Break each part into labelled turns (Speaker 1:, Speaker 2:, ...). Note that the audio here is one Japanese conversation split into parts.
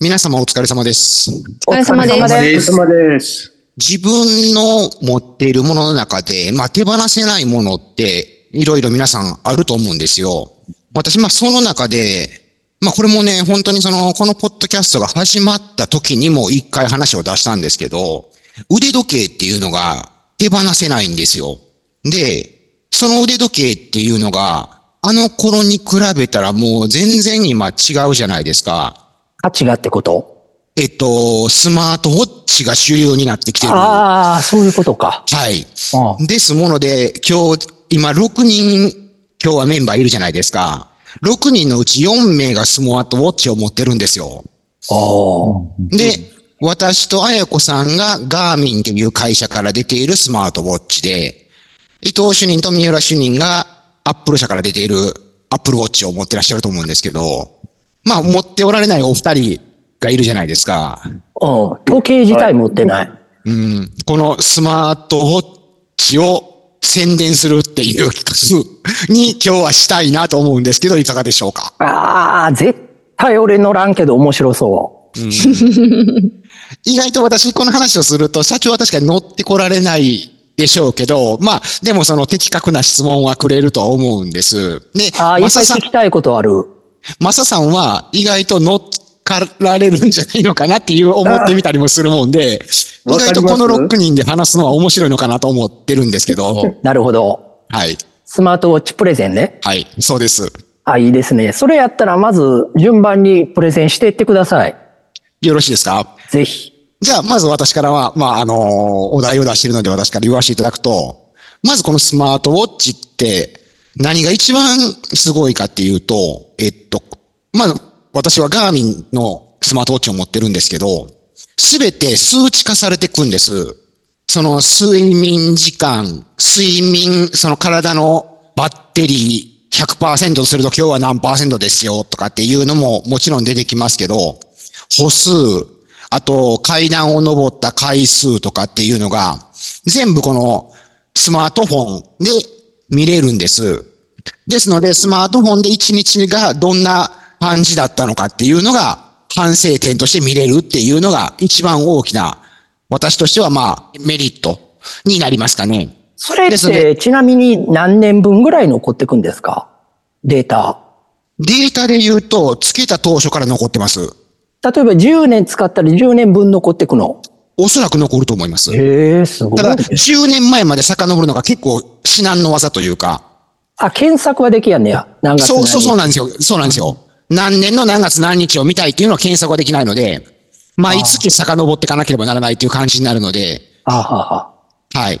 Speaker 1: 皆様お疲れ様です。
Speaker 2: お疲れ様です
Speaker 3: お疲れ様です。
Speaker 1: 自分の持っているものの中で、まあ、手放せないものって、いろいろ皆さんあると思うんですよ。私、まあ、その中で、まあ、これもね、本当にその、このポッドキャストが始まった時にも一回話を出したんですけど、腕時計っていうのが手放せないんですよ。で、その腕時計っていうのが、あの頃に比べたらもう全然今違うじゃないですか。
Speaker 3: 価値がってこと
Speaker 1: えっと、スマートウォッチが主流になってきてる。は
Speaker 3: ああ、そういうことか。
Speaker 1: い。
Speaker 3: あ
Speaker 1: ですもので、今日、今6人、今日はメンバーいるじゃないですか。6人のうち4名がスマートウォッチを持ってるんですよ。
Speaker 3: あ
Speaker 1: で、私と綾子さんがガーミンという会社から出ているスマートウォッチで、伊藤主任と三浦主任がアップル社から出ているアップルウォッチを持ってらっしゃると思うんですけど、まあ持っておられないお二人がいるじゃないですか。
Speaker 3: うん。時計自体持ってない。
Speaker 1: うん、このスマートウォッチを宣伝するっていう企画に今日はしたいなと思うんですけど、いかがでしょうか
Speaker 3: ああ、絶対俺乗らんけど面白そ
Speaker 1: 意外と私、この話をすると、社長は確かに乗ってこられないでしょうけど、まあ、でもその的確な質問はくれるとは思うんです。で
Speaker 3: う。、ああ、いっ
Speaker 1: マ
Speaker 3: ぱ
Speaker 1: サ
Speaker 3: い
Speaker 1: さん
Speaker 3: 聞、きたいことある。
Speaker 1: マサさんは意外と乗っかられるんじゃないのかなっていう思ってみたりもするもんで、意
Speaker 3: わかります
Speaker 1: 外とこの6人で話すのは面白いのかなと思ってるんですけど、
Speaker 3: なるほど。
Speaker 1: はい。
Speaker 3: スマートウォッチプレゼンね。
Speaker 1: はい、そうです。
Speaker 3: あ、いいですね。それやったらまず順番にプレゼンしていってください。
Speaker 1: よろしいですか
Speaker 3: ぜひ。
Speaker 1: じゃあ、まず私からは、まあ、あのーお題を出しているので私から言わせていただくと、まずこのスマートウォッチって、何が一番すごいかっていうと、えっと、まあ、私はガーミンのスマートウォッチを持ってるんですけど、すべて数値化されていくんです。その睡眠時間、睡眠、その体のバッテリー100%とすると今日は何パーセントですよとかっていうのももちろん出てきますけど、歩数、あと階段を登った回数とかっていうのが、全部このスマートフォンで見れるんです。ですので、スマートフォンで1日がどんな感じだったのかっていうのが、反省点として見れるっていうのが一番大きな、私としてはまあ、メリットになりますかね。
Speaker 3: それっ
Speaker 1: ですね
Speaker 3: て、ちなみに何年分ぐらい残ってくんですかデータ。
Speaker 1: データで言うと、つけた当初から残ってます。
Speaker 3: 例えば10年使ったら10年分残ってくの。
Speaker 1: おそらく残ると思います。
Speaker 3: へえ、すごい
Speaker 1: ただ、
Speaker 3: ね。
Speaker 1: 10年前まで遡るのが結構至難の技というか、
Speaker 3: あ、検索はできやんねや。何月何
Speaker 1: そう
Speaker 3: 日
Speaker 1: そうそうなんですよ。そうなんですよ。何年の何月何日を見たいっていうのは検索はできないので、毎月遡っていかなければならないっていう感じになるので、
Speaker 3: あはは。
Speaker 1: はい。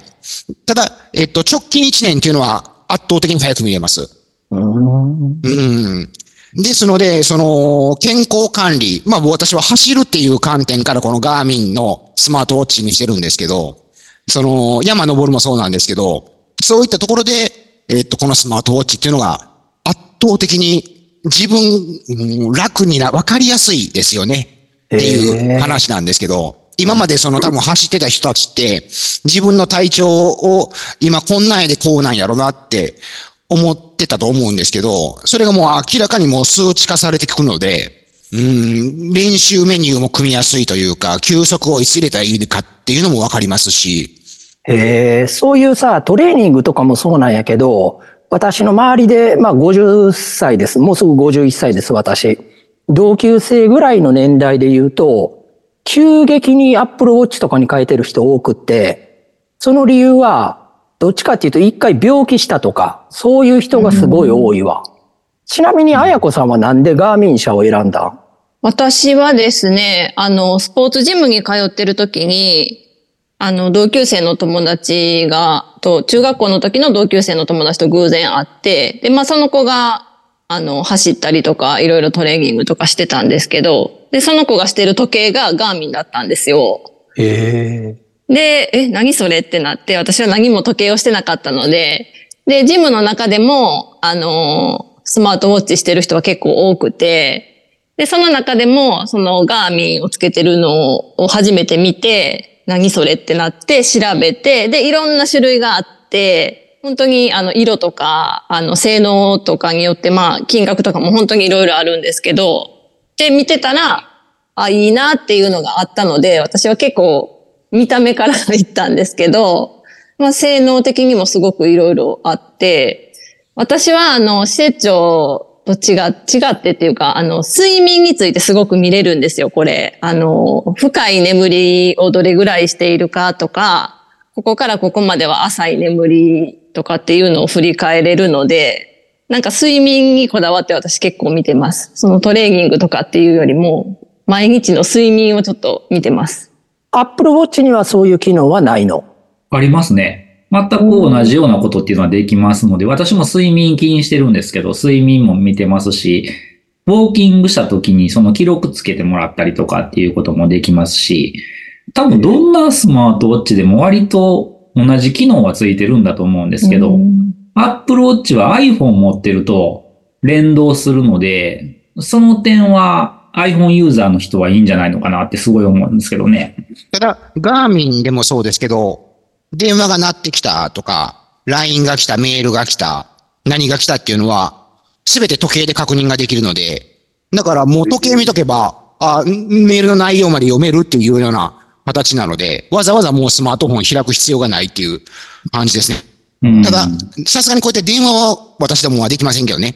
Speaker 1: ただ、えっと、直近1年っていうのは圧倒的に早く見れます。
Speaker 3: うーん。
Speaker 1: うん。ですので、その、健康管理。まあ、私は走るっていう観点から、このガーミンのスマートウォッチにしてるんですけど、その、山登るもそうなんですけど、そういったところで、えっと、このスマートウォッチっていうのが、圧倒的に自分、うん楽にな、わかりやすいですよね。ってい
Speaker 3: へ
Speaker 1: う
Speaker 3: ー
Speaker 1: 話なんですけど、今までその多分走ってた人たちって、自分の体調を今こんなんやでこうなんやろなって思ってたと思うんですけど、それがもう明らかにもう数値化されてくので、うん、練習メニューも組みやすいというか、休息をいつ入れたらいいかっていうのもわかりますし、
Speaker 3: へえ、そういうさ、トレーニングとかもそうなんやけど、私の周りで、まあ50歳です。もうすぐ51歳です、私。同級生ぐらいの年代で言うと、急激に Apple Watch とかに変えてる人多くって、その理由は、どっちかっていうと一回病気したとか、そういう人がすごい多いわ。ちなみに、あやこさんはなんでガーミン社を選んだん
Speaker 2: 私はですね、あの、スポーツジムに通ってる時に、あの、同級生の友達が、と、中学校の時の同級生の友達と偶然会って、で、まあ、その子が、あの、走ったりとか、いろいろトレーニングとかしてたんですけど、で、その子がしてる時計がガーミンだったんですよ。
Speaker 3: へ
Speaker 2: で、え、何それってなって、私は何も時計をしてなかったので、で、ジムの中でも、あのースマートウォッチしてる人は結構多くて、で、その中でも、そのガーミンをつけてるのを初めて見て、何それってなって調べて、で、いろんな種類があって、本当にあの色とか、あの性能とかによって、まあ金額とかも本当にいろいろあるんですけど、で、見てたら、あ、いいなっていうのがあったので、私は結構見た目から 行ったんですけど、まあ、性能的にもすごくいろいろあって、私はあの、施設長と違っ、違ってっていうか、あの、睡眠についてすごく見れるんですよ、これ。あの、深い眠りをどれぐらいしているかとか、ここからここまでは浅い眠りとかっていうのを振り返れるので、なんか睡眠にこだわって私結構見てます。そのトレーニングとかっていうよりも、毎日の睡眠をちょっと見てます。
Speaker 3: Apple Watch にはそういう機能はないの。
Speaker 4: ありますね。全く同じようなことっていうのはできますので、私も睡眠気にしてるんですけど、睡眠も見てますし、ウォーキングした時にその記録つけてもらったりとかっていうこともできますし、多分どんなスマートウォッチでも割と同じ機能はついてるんだと思うんですけど、Apple Watch は iPhone 持ってると連動するので、その点は iPhone ユーザーの人はいいんじゃないのかなってすごい思うんですけどね。
Speaker 1: ただ、ガーミンでもそうですけど、電話が鳴ってきたとか、LINE が来た、メールが来た、何が来たっていうのは、すべて時計で確認ができるので、だからもう時計見とけば、あ、んメールの内容まで読めるっていうような形なので、わざわざもうスマートフォン開く必要がないっていう感じですね。
Speaker 4: うん
Speaker 1: ただ、さすがにこうやって電話は私どもはできませんけどね。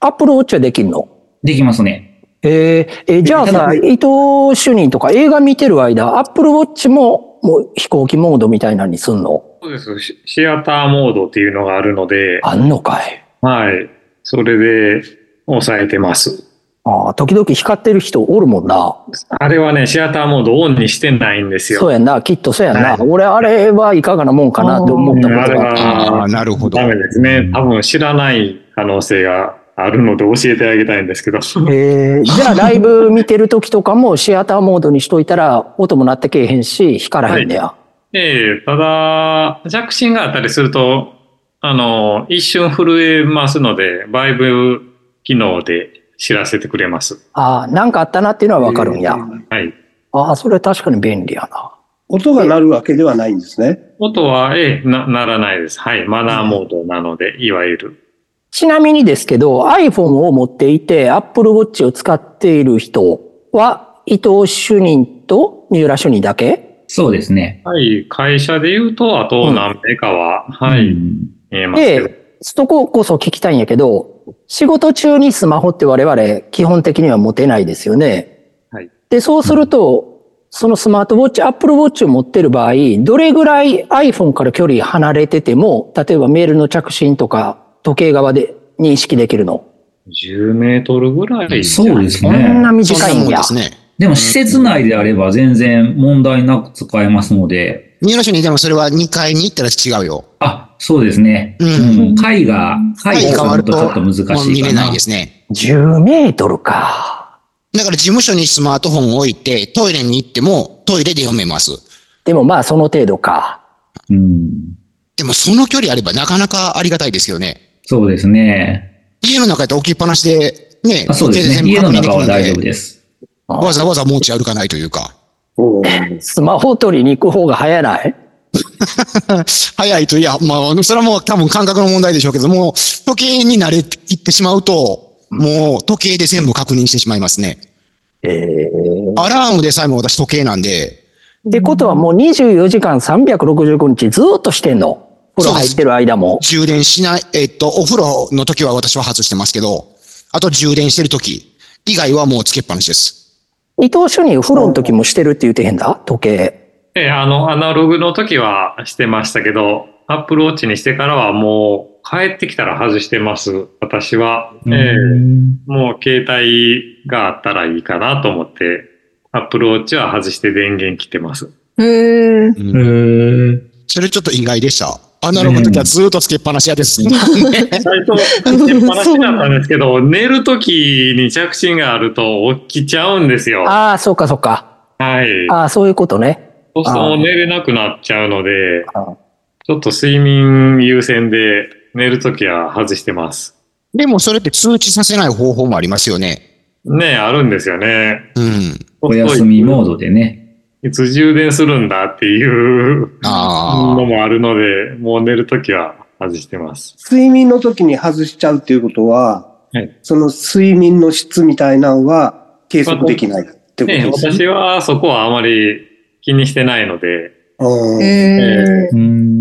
Speaker 3: Apple Watch はできんの
Speaker 4: できますね。
Speaker 3: えーえーじゃあ
Speaker 4: いや
Speaker 3: さ、
Speaker 4: だ
Speaker 3: 伊藤主任とか映画見てる間、Apple Watch ももう飛行機モードみたいなのにすんの
Speaker 5: そうですシ。シアターモードっていうのがあるので、
Speaker 3: あんのかい。
Speaker 5: はい。それで抑えてます。
Speaker 3: ああ、時々光ってる人おるもんな。
Speaker 5: あれはね、シアターモードオンにしてないんですよ。
Speaker 3: そうやんな、きっとそうやんな。
Speaker 5: はい
Speaker 3: 俺、あれはいかがなもんかなって思った
Speaker 5: うんあ
Speaker 3: こと
Speaker 5: れ
Speaker 3: が。
Speaker 5: は
Speaker 1: あーなるほど
Speaker 5: ダメですね。多分知らない可能性があるので教えてあげたいんですけど。
Speaker 3: えーじゃあライブ見てる時とかもシアターモードにしといたら音も鳴ってけえへんし、光らへんねや。
Speaker 5: ええただ、弱心があったりすると、あの、一瞬震えますので、バイブ機能で知らせてくれます。
Speaker 3: ああ、なんかあったなっていうのはわかるんや。
Speaker 5: はい。
Speaker 3: ああ、それ確かに便利やな。
Speaker 6: 音が鳴るわけではないんですね。
Speaker 5: 音は、ええな、ならないです。はい。マナーモードなので、いわゆる。
Speaker 3: ちなみにですけど、iPhone を持っていて Apple Watch を使っている人は、伊藤主任と三浦主任だけ
Speaker 4: そうですね。
Speaker 5: はい。会社で言うと、あと何名かは、は
Speaker 4: う
Speaker 5: い。
Speaker 4: ん
Speaker 5: 見えますけど。
Speaker 3: で、そここそ聞きたいんやけど、仕事中にスマホって我々基本的には持てないですよね。
Speaker 5: はい
Speaker 3: で、そうすると、そのスマートウォッチ、Apple Watch を持ってる場合、どれぐらい iPhone から距離離れてても、例えばメールの着信とか時計側で認識できるの。
Speaker 5: 10メートルぐらい。
Speaker 4: そうです
Speaker 3: こんな
Speaker 4: ね。
Speaker 1: そん
Speaker 3: 短
Speaker 1: ない
Speaker 3: ん
Speaker 1: もん
Speaker 3: や
Speaker 1: で。すね。
Speaker 4: でも施設内であれば全然問題なく使えますので、
Speaker 1: 三浦市にでもそれは2階に行ったら違うよ。
Speaker 4: あ、そうですね。
Speaker 1: うん
Speaker 4: うん階が、階
Speaker 1: 変わ
Speaker 4: が
Speaker 1: ると、
Speaker 4: ちょっと難しいかな。
Speaker 1: もう見れないですね。
Speaker 3: 10メートルか。
Speaker 1: だから事務所にスマートフォンを置いて、トイレに行ってもトイレで読めます。
Speaker 3: でもまあその程度か。
Speaker 4: うん。
Speaker 1: でもその距離あればなかなかありがたいですよね。
Speaker 4: そうですね。
Speaker 1: 家の中やったら置きっぱなしで、ね、
Speaker 4: あそうです
Speaker 1: 全部
Speaker 4: ね。家の
Speaker 1: 確認で
Speaker 4: 中
Speaker 1: き
Speaker 4: は
Speaker 1: るんで
Speaker 4: 大丈夫です。
Speaker 1: わざわざ持ち歩かないというか。
Speaker 3: スマホ取りに行く方が早ない
Speaker 1: 早いと、いや、まああの、それはもう多分感覚の問題でしょうけども、時計に慣れていってしまうと、もう時計で全部確認してしまいますね。
Speaker 3: えー
Speaker 1: アラームでさえも私時計なんで、
Speaker 3: ってことはもう24時間365日ずーっとしてんの風呂入ってる間も。
Speaker 1: 充電しない、えっと、お風呂の時は私は外してますけど、あと充電してる時以外はもうつけっぱなしです。
Speaker 3: 伊藤主任お風呂の時もしてるって言ってへんだ時計。
Speaker 5: ええあの、アナログの時はしてましたけど、アップルウォッチにしてからはもう帰ってきたら外してます。私は。ええ
Speaker 4: うん
Speaker 5: もう携帯があったらいいかなと思って、アップルウォッチは外して電源切ってます。
Speaker 2: へー
Speaker 4: へー
Speaker 1: それちょっと意外でした。アナログの時はずーっとつけっぱなしやです。
Speaker 5: 最初、切ってっぱなしだったんですけど、寝る時に着信があると起きちゃうんですよ。
Speaker 3: ああ、そうかそうか。
Speaker 5: はい。
Speaker 3: ああ、そういうことね。
Speaker 5: そうするともう寝れなくなっちゃうので
Speaker 3: あ、
Speaker 5: ちょっと睡眠優先で寝る時は外してます。
Speaker 1: でもそれって通知させない方法もありますよね。
Speaker 5: ねえ、あるんですよね。
Speaker 1: うん。
Speaker 4: お休みモードでね。
Speaker 5: いつ充電するんだっていう
Speaker 1: あ
Speaker 5: の
Speaker 1: あ。
Speaker 5: もあるので、もう寝る時は外してます。
Speaker 6: 睡眠の時に外しちゃうっていうことは、
Speaker 5: はい
Speaker 6: その睡眠の質みたいなのは計測できないっってこと
Speaker 5: ね、
Speaker 6: は
Speaker 5: 私はそこはあまり気にしてないので、
Speaker 6: うん
Speaker 2: うん
Speaker 4: うーん。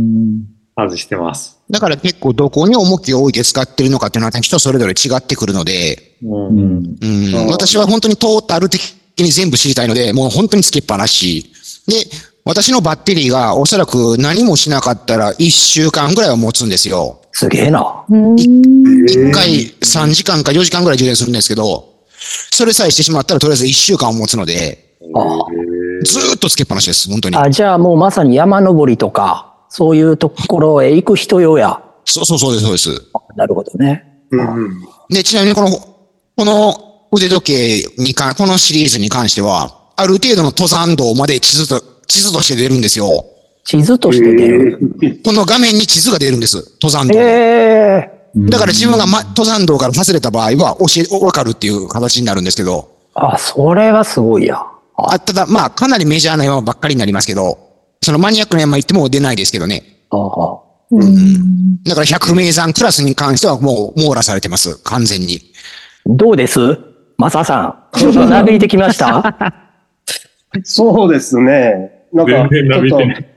Speaker 5: 外してます。
Speaker 1: だから結構どこに重きを置いて使ってるのかっていうのは人それぞれ違ってくるので、
Speaker 5: う
Speaker 4: うんん。
Speaker 1: うん
Speaker 6: うん
Speaker 1: 私は本当にトータル的に全部知りたいので、もう本当につけっぱなし。で、私のバッテリーがおそらく何もしなかったら1週間ぐらいは持つんですよ。
Speaker 3: すげえな。
Speaker 1: 1回3時間か4時間ぐらい充電するんですけど、それさえしてしまったらとりあえず1週間を持つので、
Speaker 3: あ
Speaker 1: ずーっとつけっぱなしです、本当に。
Speaker 3: あ、じゃあもうまさに山登りとか、そういうところへ行く人用や。
Speaker 1: そうそうそうです、そうです。
Speaker 3: なるほどね。
Speaker 6: うん
Speaker 1: で、ちなみにこの、この腕時計に関、このシリーズに関しては、ある程度の登山道まで地図と、地図として出るんですよ。
Speaker 3: 地図として出る。
Speaker 1: この画面に地図が出るんです。登山
Speaker 3: え
Speaker 1: 道の。
Speaker 3: え
Speaker 1: だから自分が、ま、登山道から外れた場合は、教え、わかるっていう形になるんですけど。
Speaker 3: あ、それはすごいや。あ
Speaker 1: あ、ただ、まあ、かなりメジャーな山ばっかりになりますけど、そのマニアックな山行っても出ないですけどね。
Speaker 3: ああ
Speaker 1: だから百名山クラスに関してはもう網羅されてます。完全に。
Speaker 3: どうですマサさん。ちょっとなびいてきました
Speaker 6: そうですね。なんか、
Speaker 5: 全然伸びてない。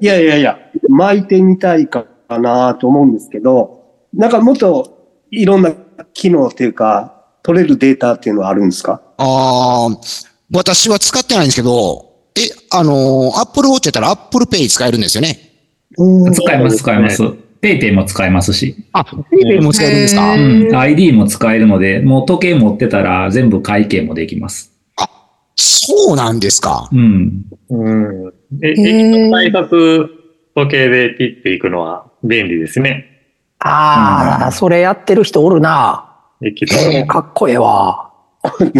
Speaker 6: いやいやいや、巻いてみたいかなと思うんですけど、なんかもっといろんな機能っていうか、取れるデータっていうのはあるんですか
Speaker 1: ああ、私は使ってないんですけど、え、あのー、Apple Watch やったら Apple Pay 使えるんですよね。
Speaker 4: 使えます、使えます。ペイペイも使えますし。
Speaker 1: あ、PayPay も使えるんですか
Speaker 2: へ
Speaker 4: う
Speaker 2: ー
Speaker 4: ん。ID も使えるので、もう時計持ってたら全部会計もできます。
Speaker 1: そうなんですか。
Speaker 4: うん。
Speaker 5: うん。え、駅の改札時計でピッて行くのは便利ですね。
Speaker 3: ああ、それやってる人おるな。
Speaker 5: 駅と。
Speaker 3: ええかっこええわ。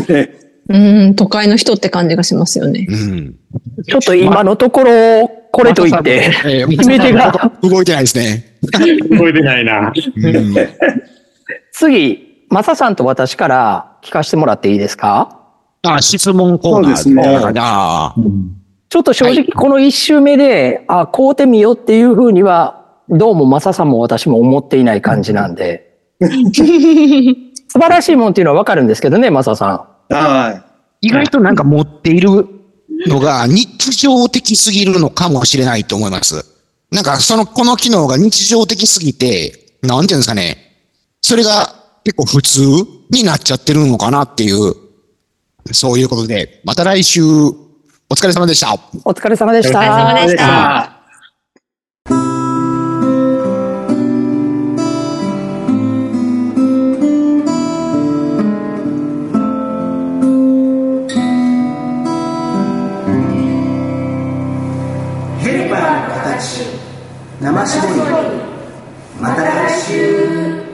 Speaker 6: ね
Speaker 2: うん、都会の人って感じがしますよね。
Speaker 1: うん。
Speaker 3: ちょっと今のところ、これと言って、
Speaker 1: えー、
Speaker 3: 決め手が、
Speaker 1: 動いてないですね。
Speaker 5: 動いてないな。
Speaker 1: うん、
Speaker 3: 次、マサさんと私から聞かせてもらっていいですか
Speaker 1: あ、質問コーナー
Speaker 6: そうですね
Speaker 1: あー
Speaker 4: うん
Speaker 3: ちょっと正
Speaker 1: は
Speaker 3: 直
Speaker 1: い
Speaker 3: この一周目で、あ、買うてみようっていうふうには、どうもマサさんも私も思っていない感じなん で。素晴らしいもんっていうのはわかるんですけどね、マサさん。
Speaker 6: は
Speaker 1: 意外となんか持っているのが日常的すぎるのかもしれないと思います。なんかその、この機能が日常的すぎて、なんていうんですかね。それが結構普通になっちゃってるのかなっていう、そういうことで、また来週、お疲れ様でした。
Speaker 3: お疲れ様でした。
Speaker 2: お疲れ様で
Speaker 6: い。
Speaker 2: し
Speaker 6: で
Speaker 2: た
Speaker 6: あ
Speaker 7: ヘルパーの形生絞りまた来週